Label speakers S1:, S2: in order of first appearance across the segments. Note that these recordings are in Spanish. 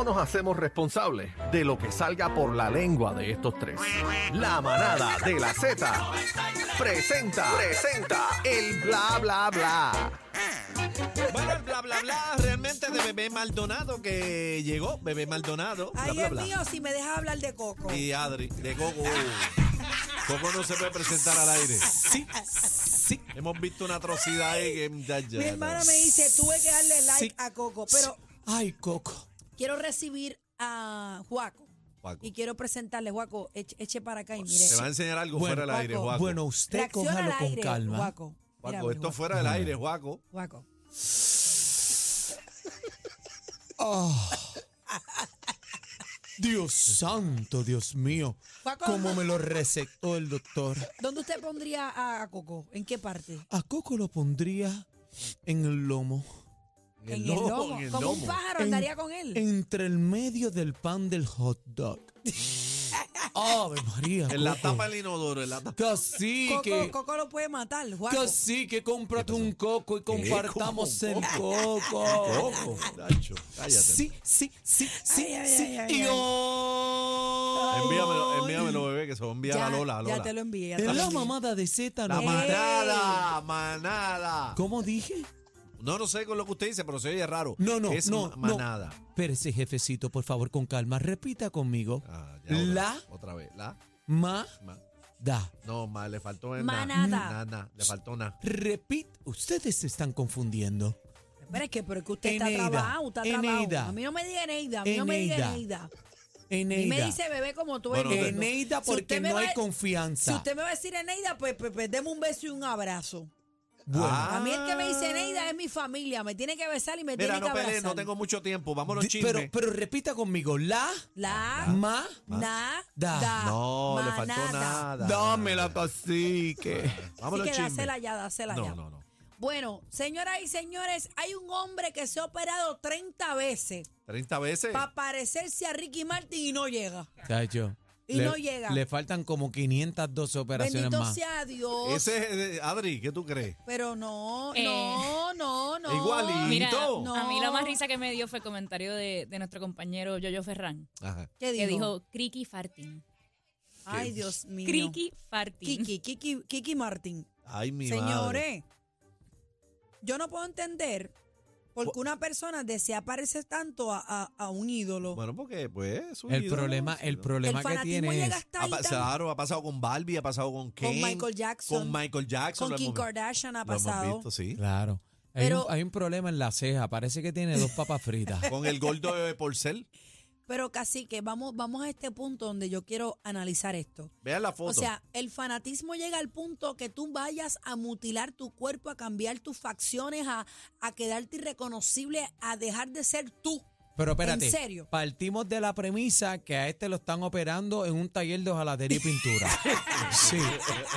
S1: No nos hacemos responsables de lo que salga por la lengua de estos tres. La manada de la Z presenta, presenta el bla bla bla.
S2: Bueno, el bla bla bla realmente de Bebé Maldonado que llegó, Bebé Maldonado. Bla,
S3: Ay,
S2: bla,
S3: Dios
S2: bla.
S3: mío, si me dejas hablar de Coco.
S2: Y Adri, de Gogo. Gogo no se puede presentar al aire. Sí, sí. Hemos visto una atrocidad ahí que ya, ya,
S3: Mi hermana
S2: no.
S3: me dice, tuve que darle like
S2: Sí.
S3: a Coco, pero
S2: Ay, Coco.
S3: quiero recibir a Juaco.
S2: Juaco.
S3: Y quiero presentarle, Juaco, eche, eche para acá y mire.
S2: Te va a enseñar algo
S4: Bueno,
S2: fuera del aire,
S3: Juaco.
S2: Juaco.
S4: Bueno, usted
S3: Reacciona
S4: cójalo
S3: al
S4: con
S3: aire,
S4: calma.
S3: Juaco.
S2: Juaco,
S3: Mírame,
S2: esto
S3: Juaco.
S2: fuera del aire, Juaco.
S3: Juaco.
S4: Dios santo, Dios mío.
S3: Juaco,
S4: Como me lo recetó el doctor.
S3: ¿Dónde usted pondría a, a Coco? ¿En qué parte?
S4: A Coco lo pondría en el lomo,
S3: lomo.
S2: en el
S3: Como un
S2: lomo.
S3: pájaro
S4: En-
S3: andaría con él.
S4: entre el medio del pan del hot dog. ¡Ave María!
S2: En la
S4: Coco.
S2: tapa del inodoro, en la tapa.
S3: Coco,
S4: Cacique,
S3: Coco lo puede matar, Juaco.
S4: cacique, cómprate un coco y compartamos
S2: ¿Cómo
S4: el
S2: un
S4: coco.
S2: Coco, Nacho, cállate.
S4: Sí, sí, sí, sí,
S3: Ay, ay,
S4: sí.
S3: ay, ay,
S4: Y
S3: ay.
S4: hoy-
S2: Envíamelo, envíamelo, bebé, que se va a enviar a Lola, a Lola.
S3: ya te lo envié. ya te
S4: En
S3: lo
S4: la
S3: envié.
S4: mamada de Z
S2: La
S4: no
S2: manada, manada.
S4: ¿Cómo dije?
S2: No, no sé con lo que usted dice, pero se oye raro.
S4: No, no,
S2: es
S4: no,
S2: ma-
S4: no.
S2: manada.
S4: Espérese, jefecito, por favor, con calma. Repita conmigo.
S2: Ah, ya, otra
S4: la
S2: vez, Otra vez. La.
S4: mada.
S2: ma- no, ma, le faltó en
S3: Manada.
S2: Na, na, le faltó na.
S4: Repit. Ustedes se están confundiendo.
S3: Pero es que, pero es que usted está
S4: Eneida,
S3: trabado, está
S4: Eneida.
S3: trabado. A mí no me diga Eneida, a mí no me diga
S4: Eneida.
S3: Eneida. Y me
S4: Eneida.
S3: dice bebé como tú
S2: Bueno,
S3: eres.
S4: Eneida porque
S3: usted me
S4: no
S3: va
S4: hay
S3: a- Si
S4: confianza.
S3: usted me va a decir Eneida, pues, pues, pues, deme un beso y un abrazo.
S4: Bueno,
S2: Ah.
S3: A mí el que me dice Eneida es mi familia. Me tiene que besar y me
S2: Mira,
S3: tiene que
S2: no
S3: abrazar.
S2: pelees, no tengo mucho tiempo. Vámonos,
S4: di-
S2: chisme.
S4: pero, pero repita conmigo. La
S3: La,
S4: ma.
S3: na, da,
S4: Da.
S2: Ah. no, le faltó
S3: manada.
S2: nada. Ah,
S4: cacique.
S2: Vámonos,
S3: Así que
S2: chisme.
S3: dásela ya, dásela ya.
S2: No, no, no.
S3: Bueno, señoras y señores, hay un hombre que se ha operado 30 veces
S2: 30 veces.
S3: para parecerse a Ricky Martin y no llega.
S4: Tacho,
S3: Y no llega.
S4: Le faltan como 512 operaciones
S3: Bendito
S4: más.
S3: sea Dios.
S2: Ese es, eh, Adri, ¿qué tú crees?
S3: Pero no,
S5: Eh.
S3: no, no, no.
S2: Igualito.
S5: Mira,
S2: No.
S5: a mí lo más risa que me dio fue el comentario de, de nuestro compañero Yoyo Ferran,
S2: Ajá.
S3: ¿Qué
S5: que dijo Criqui Farting.
S3: Ay, Dios mío.
S5: Criqui Farting.
S3: Kiki, Kiki, Kiki Martin.
S2: Ay, mi madre.
S3: Señores, yo no puedo entender por qué una persona desea parecer tanto a, a- a un ídolo.
S2: Bueno, porque, pues. es un
S4: El
S2: ídolo,
S4: problema,
S2: sí,
S4: el
S2: ¿no?
S4: problema
S3: el
S4: que
S3: fanatismo
S4: tiene
S3: llega
S4: es.
S3: hasta ahí.
S2: Ha pa-
S3: tan-
S2: claro, ha pasado con Barbie, ha pasado con Ken.
S3: Michael Jackson,
S2: Con Michael Jackson.
S3: Con
S2: lo
S3: Kim
S2: hemos-
S3: Kardashian ha
S2: lo hemos
S3: pasado.
S2: visto, sí.
S4: Claro. Hay,
S3: Pero-
S4: un, hay un problema en la ceja. Parece que tiene dos papas fritas.
S2: Con el gordo de Porcel.
S3: Pero casi que vamos, vamos a este punto donde yo quiero analizar esto.
S2: Vean la foto.
S3: O sea, el fanatismo llega al punto que tú vayas a mutilar tu cuerpo, a cambiar tus facciones, a, a quedarte irreconocible, a dejar de ser tú.
S4: Pero espérate.
S3: ¿En serio?
S4: Partimos de la premisa que a este lo están operando en un taller de hojalatería y pintura. Sí.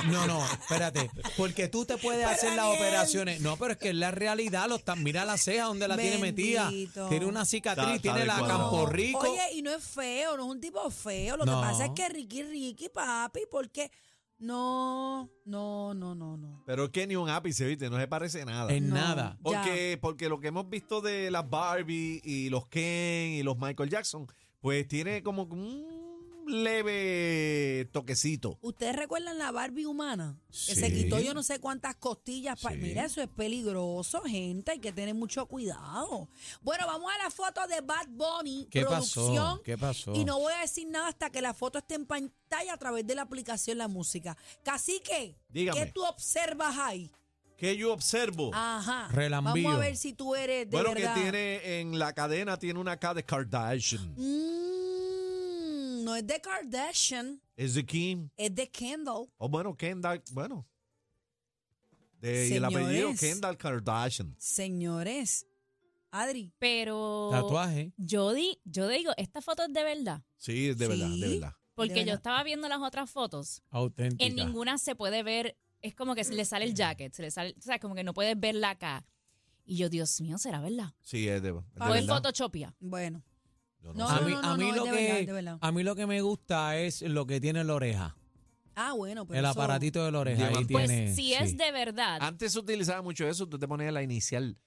S4: No, no, espérate. Porque tú te puedes hacer las
S3: Daniel.
S4: operaciones. No, pero es que en la realidad lo están. Mira la ceja donde la tiene
S3: Bendito.
S4: metida. Tiene una cicatriz,
S2: Está- está
S4: tiene la
S2: descuadrado.
S4: campo rico.
S3: Oye, y no es feo, no es un tipo feo. Lo que
S4: No.
S3: pasa es que Ricky, Ricky, papi, porque no, no, no, no, no.
S2: Pero es que ni un ápice, ¿viste? No se parece nada.
S4: en
S3: No.
S4: nada.
S2: Porque, porque lo que hemos visto de las Barbie y los Ken y los Michael Jackson, pues tiene como un leve toquecito.
S3: ¿Ustedes recuerdan la Barbie humana? Que se
S2: Sí.
S3: quitó yo no sé cuántas costillas. pa-
S2: Sí.
S3: Mira, eso es peligroso, gente. Hay que tener mucho cuidado. Bueno, vamos a la foto de Bad Bunny.
S4: ¿Qué
S3: producción.
S4: pasó? ¿Qué pasó?
S3: Y no voy a decir nada hasta que la foto esté en pantalla a través de la aplicación La Música. Cacique,
S2: Dígame.
S3: ¿qué tú observas ahí?
S2: Que yo observo.
S3: Ajá.
S4: Relambío.
S3: Vamos a ver si tú eres Ah, de
S2: bueno,
S3: verdad.
S2: que tiene en la cadena, tiene una K de Kardashian.
S3: Mm, no es de Kardashian,
S2: Es de Kim.
S3: es de Kendall.
S2: O Oh, bueno, Kendall, bueno. De, y el
S3: Señores.
S2: apellido Kendall Kardashian.
S3: Señores, Adri,
S5: Pero
S4: Tatuaje.
S5: yo, di, yo digo, esta foto es de verdad.
S2: Sí, es de verdad,
S3: Sí.
S2: de verdad.
S5: Porque
S3: De
S5: yo
S3: verdad.
S5: estaba viendo las otras fotos.
S4: Auténtica.
S5: En ninguna se puede ver, es como que se le sale el jacket, se le sale, o sea, como que no puedes verla acá. Y yo, Dios mío, ¿será verdad?
S2: Sí, es de, es de
S5: O es
S2: verdad.
S5: photoshopia.
S3: bueno.
S2: Yo
S3: Ah, No,
S2: sé.
S4: a mí,
S3: no,
S4: a mí
S3: no,
S4: lo
S3: es de
S4: que,
S3: verdad, es de verdad.
S4: a mí lo que me gusta es lo que tiene la oreja.
S3: Ah, bueno, pero
S4: el
S3: eso-
S4: aparatito de la oreja. Ahí
S2: Diamante.
S5: Pues
S4: tiene,
S5: si
S4: sí.
S5: es de
S2: Ah,
S5: verdad,
S2: Antes se utilizaba mucho eso, tú te ponías la inicial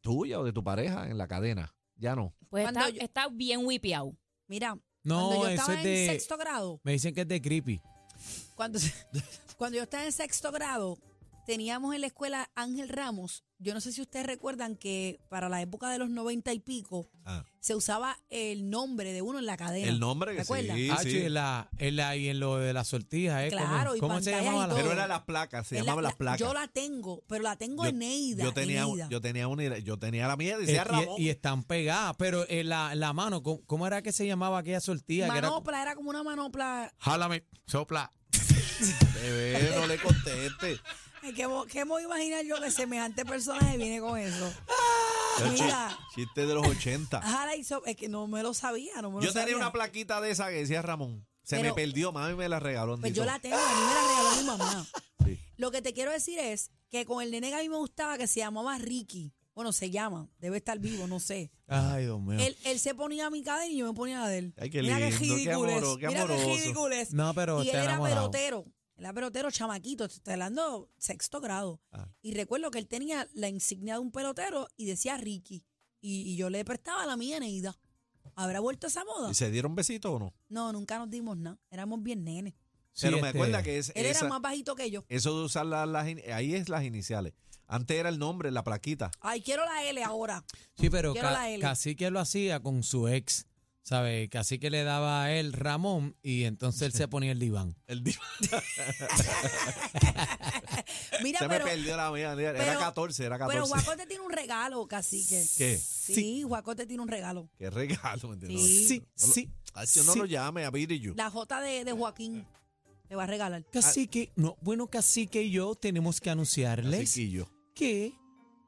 S2: tuya o de tu pareja en la cadena. Ya no.
S5: Pues
S3: Cuando
S5: está,
S3: yo-
S5: está bien whipiao.
S3: Mira, cuando
S4: No,
S3: yo
S4: eso
S3: estaba
S4: es
S3: en
S4: de.
S3: sexto grado,
S4: Me dicen que es de creepy.
S3: cuando, cuando yo estaba en sexto grado, teníamos en la escuela Ángel Ramos. Yo no sé si ustedes recuerdan que para la época de los noventa y pico
S2: Ah.
S3: se usaba el nombre de uno en la cadena.
S2: El nombre
S3: ¿Te
S2: que
S3: acuerdas?
S2: sí,
S4: Ah,
S2: sí.
S4: chico, en la, en la- y en lo de la sortija, ¿eh?
S3: Claro,
S4: ¿Cómo,
S3: y
S4: cómo se
S3: pantallas y
S4: llamaba la- Eh,
S3: todo.
S2: Pero eran las placas, se
S3: Es la-
S2: llamaban las
S3: la-
S2: placas.
S3: Yo la tengo, pero la tengo
S2: Yo-
S3: en Eida.
S2: Yo tenía,
S3: en
S2: un-
S3: Eida.
S2: yo tenía una, y la- yo tenía la mía,
S4: Eh,
S2: decía Ramón.
S4: y, y están pegadas, pero en la, la mano, ¿cómo, cómo era que se llamaba aquella sortija? Que era como-
S3: manopla, era como una manopla.
S4: Jálame, sopla.
S2: Bebé, no le conteste.
S3: Ay, ¿Qué, mo- qué me voy a imaginar yo que semejante personaje viene con eso?
S2: El chi-
S3: Mira. Ah,
S2: chiste de los 80.
S3: Jala y so- es que no me lo sabía, no me lo
S2: Yo tenía
S3: sabía.
S2: una plaquita de esa que decía Ramón. Se me
S3: Pero-
S2: perdió, mami me la regaló.
S3: Pues
S2: Nito.
S3: yo la tengo, a mí me la regaló mi mamá.
S2: Sí.
S3: Lo que te quiero decir es que con el nene que a mí me gustaba, que se llamaba Ricky, bueno, se llama, debe estar vivo, no sé.
S4: Ay, Dios mío.
S3: Él, él se ponía a mi cadena y yo me ponía a la de él.
S2: Ay, qué
S3: mira
S2: lindo, qué
S3: ridiculez,
S2: amoro- qué
S3: mira
S2: amoroso.
S3: qué ridiculez.
S4: No, pero
S3: y él
S4: está
S3: era
S4: enamorado.
S3: pelotero. Él era pelotero chamaquito, te estoy hablando sexto grado.
S2: Ah.
S3: Y recuerdo que él tenía la insignia de un pelotero y decía Ricky. Y, y yo le prestaba la mía a Neida. ¿Habrá vuelto esa moda?
S2: ¿Y se dieron besitos o no?
S3: No, nunca nos dimos nada. Éramos bien nenes.
S4: Sí,
S2: Pero me
S4: este,
S2: acuerda que es
S3: Él
S2: esa-
S3: era más bajito que yo.
S2: eso de usar la- las, in- ahí es las iniciales. Antes era el nombre, la plaquita.
S3: Ay, quiero la L ahora.
S4: Sí, pero
S3: Quiero
S4: ca-
S3: la L.
S4: casi que lo hacía con su ex, ¿sabes? Casi que le daba a él Ramón y entonces él se ponía el diván.
S2: El di-
S3: Mira,
S2: se
S3: pero,
S2: me perdió la mía. Era
S3: pero-
S2: 14, era
S3: pero
S2: 14.
S3: Juacote tiene un regalo, cacique.
S2: ¿Qué?
S3: Sí, Juacote tiene un regalo.
S2: Qué regalo, ¿me entiendes?
S3: Sí.
S4: Sí,
S2: No lo-
S4: sí.
S2: Ay, yo no
S4: sí.
S2: lo llame a Viriyu.
S3: La J de, de Joaquín le va a regalar.
S2: ah.
S4: Casi que, no, bueno, casi que yo tenemos que anunciarles
S2: Caciquillo.
S4: que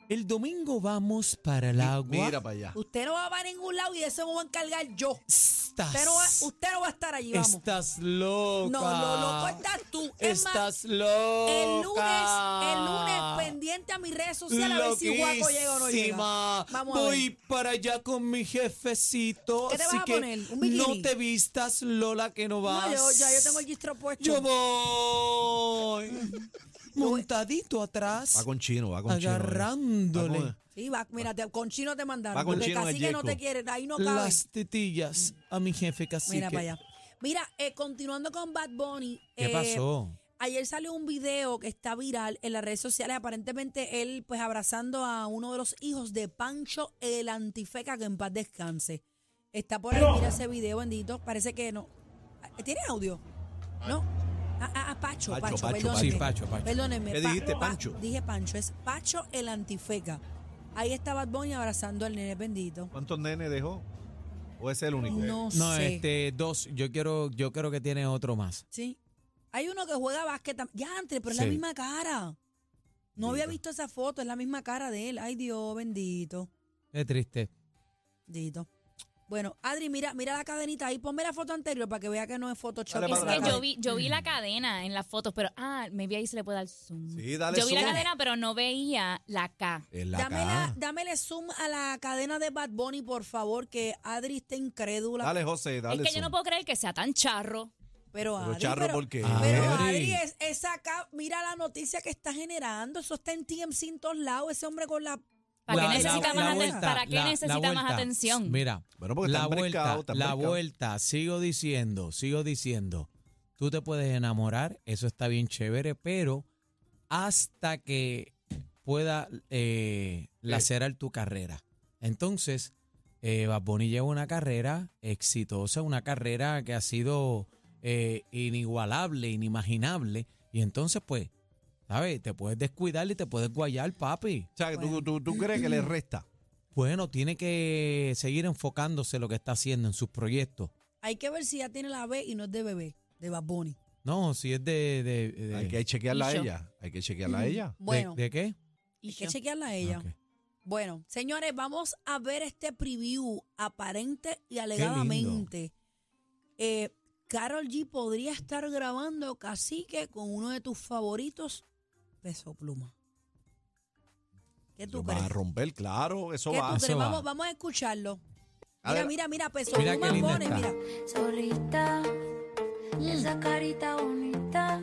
S4: el domingo vamos para el agua.
S2: Mira para allá.
S3: Usted no va para ningún lado y de eso me voy a encargar yo.
S4: estás,
S3: Usted no va, usted no va a estar allí, ah, vamos.
S4: estás loca.
S3: No, no, no estás tú. Es más,
S4: Estás loca.
S3: el lunes, el lunes pendiente a mis redes sociales a ver si Juaco llega o no llega.
S4: Loquísima.
S3: Vamos a
S4: Voy para allá con mi jefecito.
S3: ¿Qué te
S4: así
S3: vas a
S4: que
S3: poner? ¿Un bikini?
S4: No te vistas, Lola, que no vas.
S3: No, yo, ya yo tengo el gistro puesto.
S4: Yo voy. Montadito
S2: Va
S4: atrás,
S2: con chino, va con chino.
S4: agarrándole
S2: Va con-
S3: Sí, va, mira, te- con chino te mandaron.
S2: Va con
S3: porque
S2: chino en el
S3: casi que no
S2: yesco.
S3: te quieren, ahí no caben.
S4: las tetillas a mi jefe cacique.
S3: Mira para allá. Mira, eh, continuando con Bad Bunny.
S4: ¿Qué
S3: eh,
S4: pasó?
S3: Ayer salió un video que está viral en las redes sociales. Aparentemente él, pues, abrazando a uno de los hijos de Pancho el Antifeca, que en paz descanse. Está por ahí, mira ese video, bendito. Parece que no. ¿Tiene audio? No. Ah, ah, ah, Pacho,
S2: Pacho,
S3: Pacho,
S2: Pacho,
S3: perdónenme.
S4: Sí, Pacho, Pacho.
S3: Perdónenme.
S2: ¿Qué dijiste, Pancho?
S3: dije Pancho, es Pacho el Antifeca. Ahí está Bad Bunny abrazando al nene bendito.
S2: ¿Cuántos nenes dejó? ¿O es el único?
S3: No,
S4: No,
S3: sé.
S4: este, dos, yo quiero, yo creo que tiene otro más.
S3: Sí. Hay uno que juega básquet. tam- Ya antes, pero es la
S4: Sí.
S3: misma cara. No había
S2: pues.
S3: visto esa foto, es la misma cara de él. Ay, Dios, bendito.
S4: Qué triste.
S3: Bendito. Bueno, Adri, mira, mira la cadenita ahí. Ponme la foto anterior para que vea que no es Photoshop.
S2: Dale
S5: Es
S2: para
S5: que
S2: atrás.
S5: yo vi, yo vi la cadena en las fotos, pero ah, maybe ahí se le puede dar zoom.
S2: Sí, dale
S5: yo vi la
S2: zoom.
S5: cadena, pero no veía la K.
S2: Es la
S3: Dame la-
S2: cara.
S3: dámele zoom a la cadena de Bad Bunny, por favor, que Adri está incrédula.
S2: Dale, José, dale.
S5: es que yo
S2: zoom.
S5: no puedo creer que sea tan charro.
S2: Pero
S3: Pero Adri,
S2: charro,
S3: pero,
S2: ¿por qué?
S3: pero
S4: Adri.
S3: Adri, es, esa ca- mira la noticia que está generando. Eso está en TMZ en todos lados. Ese hombre con la
S5: ¿Para
S4: La-
S5: qué necesita
S4: la-
S5: más,
S4: la
S5: aten-
S4: vuelta,
S5: ¿para qué
S4: la- la
S5: necesita más
S4: vuelta.
S5: atención?
S4: Mira,
S2: Bueno, porque
S4: la
S2: están
S4: vuelta,
S2: briscados, están
S4: la
S2: briscados.
S4: vuelta, sigo diciendo, sigo diciendo, tú te puedes enamorar, eso está bien chévere, pero hasta que pueda eh, lacerar tu carrera. Entonces, eh, Bad Bunny lleva una carrera exitosa, una carrera que ha sido eh, inigualable, inimaginable, y entonces, pues, ¿sabes? Te puedes descuidar y te puedes guayar, papi.
S2: O sea, que tú, tú, tú crees que le resta.
S4: Bueno, tiene que seguir enfocándose en lo que está haciendo en sus proyectos.
S3: Hay que ver si ya tiene la B y no es de bebé, de Bad Bunny.
S4: No, si es de... de, de-
S2: Hay Eh, que chequearla a
S5: Y yo.
S2: ella. Hay que chequearla a ella.
S4: de-
S3: Bueno,
S4: ¿De qué?
S5: Y
S3: hay que
S5: yo,
S3: chequearla a ella.
S4: Ah, Ok.
S3: Bueno, señores, vamos a ver este preview aparente y alegadamente. Eh, Carol G podría estar grabando Cacique con uno de tus favoritos, Peso Pluma. ¿Qué
S2: Eso
S3: tú
S2: va a
S3: crees?
S2: romper, claro, eso
S3: ¿Qué
S2: va.
S3: tú crees?
S4: Eso va.
S3: Vamos, vamos a escucharlo.
S2: A
S3: Mira,
S2: ver.
S3: mira, mira, Peso
S4: Mira qué
S3: Pluma
S4: linda
S3: pone,
S4: está.
S3: mira.
S4: Mm.
S6: Solita, esa carita bonita.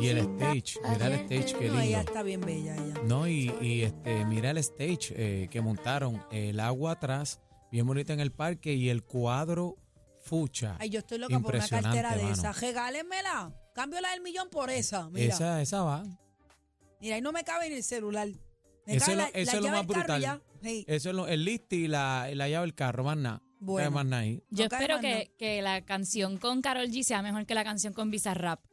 S4: Y el stage, mira el stage, qué
S3: No, ella
S4: lindo.
S3: está bien bella, ella.
S4: No, y, y, este, mira el stage eh, que montaron, el agua atrás, bien bonita en el parque, y el cuadro fucha.
S3: Ay, yo estoy loca por una cartera de
S4: Impresionante,
S3: esa.
S4: mano.
S3: Regálenmela. Cambio la del millón por esa. Mira,
S4: Esa, esa va.
S3: mira, ahí no me cabe en el celular. Me cabe
S4: Eso es lo-
S3: la-
S4: eso
S3: la
S4: es lo
S3: llave
S4: más
S3: del carro
S4: brutal. Eh,
S3: ya. Sí.
S4: Eso es lo- el list y la, la llave del carro, más nada.
S3: Bueno.
S4: No hay Más nada ahí.
S5: Yo
S3: No cae
S5: espero
S3: mal,
S5: que, que la canción con Carol G sea mejor que la canción con Bizarrap.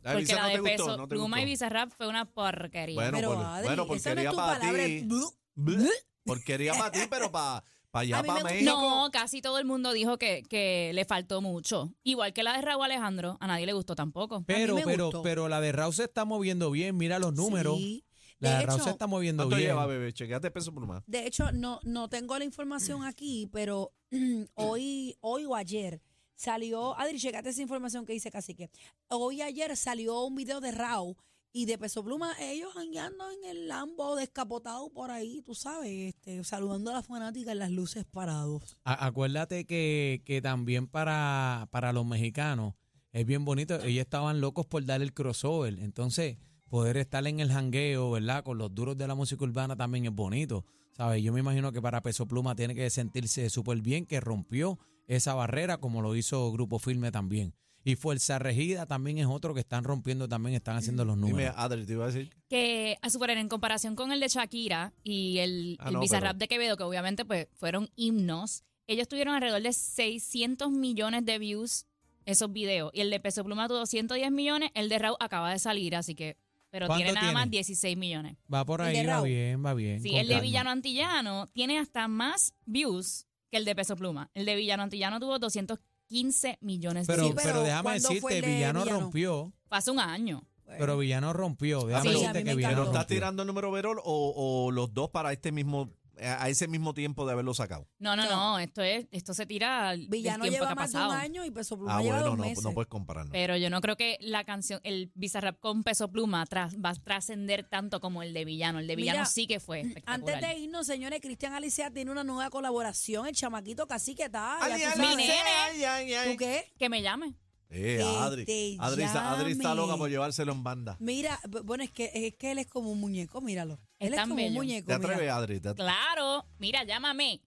S2: La
S5: porque
S2: Elisa
S5: la
S2: no
S5: de
S2: te
S5: peso,
S2: gustó, no te
S5: Pluma y
S2: gustó.
S5: Bizarrap fue una porquería.
S2: Bueno,
S3: Pero
S2: por-
S3: Adri,
S2: bueno,
S3: esa no es
S2: porquería
S3: tu
S2: para
S3: palabra.
S2: ti.
S3: Blu.
S2: Bleh. Porquería para ti, pero para allá,
S3: A mí me
S2: para
S3: gusta-
S2: México.
S5: no, casi todo el mundo dijo que, que le faltó mucho. Igual que la de Raúl Alejandro, a nadie le gustó tampoco.
S4: Pero,
S3: me
S4: pero,
S3: gustó.
S4: pero la de Raúl se está moviendo bien, mira los números.
S3: Sí.
S4: La
S3: De
S4: de Raúl
S3: hecho-
S4: se está moviendo
S2: ¿Cuánto
S4: bien.
S2: lleva, bebé? Chequeate peso pluma.
S3: De hecho, no, no tengo la información aquí, pero hoy, hoy o ayer salió, Adri, checate esa información que dice Cacique. Hoy ayer salió un video de Rao y de Peso Pluma, ellos andando en el Lambo descapotado por ahí, tú sabes, este, saludando a la fanática en las luces parados.
S4: A- acuérdate que, que también para, para los mexicanos es bien bonito. Ellos estaban locos por dar el crossover. Entonces, poder estar en el jangueo, ¿verdad? Con los duros de la música urbana también es bonito. ¿Sabes? Yo me imagino que para Peso Pluma tiene que sentirse súper bien que rompió esa barrera como lo hizo Grupo Firme también. Y Fuerza Regida también es otro que están rompiendo, también están haciendo los
S2: Dime,
S4: números.
S2: Adri, te iba a decir.
S5: Que a superar en comparación con el de Shakira y el,
S2: Ah,
S5: el
S2: no,
S5: Bizarrap de Quevedo, que obviamente pues fueron himnos, ellos tuvieron alrededor de 600 millones de views esos videos. Y el de Peso Pluma tuvo 110 millones, el de Raúl acaba de salir, así que... Pero tiene
S4: ¿Cuánto
S5: nada
S4: tiene?
S5: más 16 millones.
S4: Va por
S3: el de
S4: ahí, va
S3: Raúl.
S4: bien, va bien.
S5: Sí,
S4: con
S5: el de
S4: calma.
S5: Villano Antillano tiene hasta más views que el de Peso Pluma. El de Villano Antillano tuvo 215 millones
S4: Pero,
S5: de
S3: Sí,
S5: views.
S3: pero
S4: pero déjame
S3: ¿cuándo fue
S4: decirte,
S3: el de
S4: Villano
S3: Villano?
S4: rompió.
S5: Pasa un año.
S4: Pero Villano rompió. Déjame
S5: Sí, a
S4: decirte
S3: mí
S4: que
S3: me
S4: Villano
S2: ¿Pero
S3: encantó.
S4: rompió.
S2: estás tirando el número verol o, o los dos para este mismo, a ese mismo tiempo de haberlo sacado?
S5: No, no,
S3: No.
S5: no, esto es esto se tira al del
S3: Villano
S5: tiempo que
S3: lleva
S5: ha
S3: más de
S5: pasado.
S3: un año y Peso Pluma
S2: Ah,
S3: lleva
S2: bueno,
S3: dos
S2: no,
S3: meses. Eh,
S2: no puedes compararlo.
S5: Pero yo no creo que la canción, el Bizarrap con Peso Pluma tras- va a trascender tanto como el de Villano. El de Villano
S3: Mira,
S5: sí que fue espectacular.
S3: Antes de irnos, señores, Cristian Alicia tiene una nueva colaboración, el chamaquito Cacique está. ya
S2: Ay, ay,
S3: tú
S5: Mi
S3: sabes.
S5: nene.
S2: ay, ay, ay.
S3: ¿Tú qué?
S5: Que me llame.
S2: Eh,
S3: Que
S2: Adri.
S3: te
S2: Adri, está- Adri está
S3: llame.
S2: loca por llevárselo en banda.
S3: Mira, b- bueno, es que, es que él es como un muñeco, míralo.
S5: Es
S3: Él es
S5: tan
S3: como un
S5: bello.
S3: muñeco.
S2: ¿Te atreves,
S3: mira.
S2: Adri? ¿Te atreves?
S5: Claro, mira, llámame.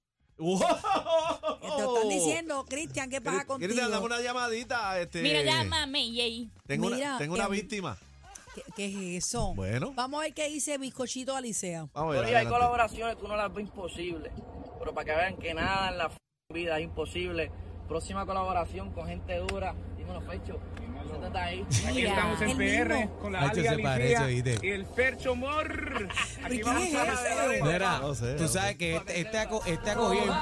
S3: Que Te
S4: Oh.
S3: están diciendo, Cristian, ¿qué pasa contigo?
S2: Cristian, dame una llamadita. Este,
S5: Mira, llámame, yay.
S2: Tengo
S3: Mira,
S2: una, tengo una
S3: em,
S2: víctima.
S3: ¿Qué, qué es eso?
S2: Bueno.
S3: Vamos a ver qué dice Bizcochito Alicea.
S2: Vamos a
S6: Pero
S2: ver.
S6: y hay
S2: adelante.
S6: colaboraciones que uno las ve imposibles. Pero para que vean que nada en la f- vida es imposible. Próxima colaboración con gente dura. Dímelo, Fecho. Siéntate ahí.
S7: Aquí
S5: Mira,
S7: estamos en
S3: el
S7: PR
S3: mismo.
S7: con la
S4: Nacho
S7: Alia
S4: se parece,
S7: Alicea
S4: ¿oíste?
S7: y el Fercho Mor. Aquí
S3: ¿quién
S7: vamos
S3: es
S7: a
S3: ese?
S7: hablar de-
S4: Mira,
S2: No sé,
S4: tú
S2: no
S4: sabes que este, este, ha co- este ha cogido.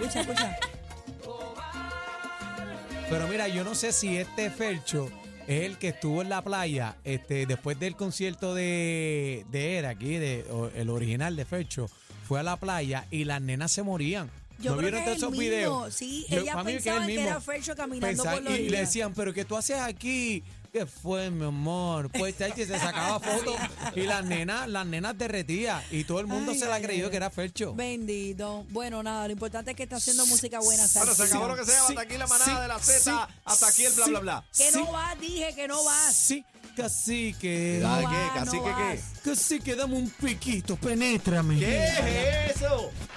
S3: Escucha, escucha.
S4: Pero mira, yo no sé si este Fercho es el que estuvo en la playa este, después del concierto de, de Era, aquí, de, o- el original de Fercho. Fue a la playa y las nenas se morían.
S3: Yo
S4: ¿No
S3: creo
S4: vieron
S3: que
S4: todos
S3: es el
S4: esos
S3: mismo.
S4: videos?
S3: Sí,
S4: Yo-
S3: ellas
S4: pa' mí es
S3: pensaban
S4: es
S3: que era
S4: mismo.
S3: Fercho caminando por la
S4: y
S3: orilla.
S4: le decían, ¿pero qué tú haces aquí? ¿Qué fue, mi amor? Pues chacho, y se sacaba fotos y las nenas, las nenas derretían y todo el mundo
S3: Ay,
S4: se la
S3: ay,
S4: creyó
S3: ay.
S4: que era Fercho.
S3: Bendito. Bueno, nada, lo importante es que está haciendo música buena.
S2: Bueno, se
S3: salsa.
S2: acabó lo que se llama.
S4: Sí,
S2: Hasta aquí la manada
S4: sí,
S2: de la Z.
S4: sí,
S2: hasta aquí el bla,
S4: sí.
S2: bla, bla.
S3: Que
S4: Sí.
S3: no vas, dije que no vas.
S4: Sí, casi que.
S2: Ah,
S3: No
S2: ¿qué?
S3: vas,
S2: ¿Cacique
S3: no
S2: qué?
S3: vas.
S4: Casi que dame un piquito, penétrame.
S2: ¿Qué es eso?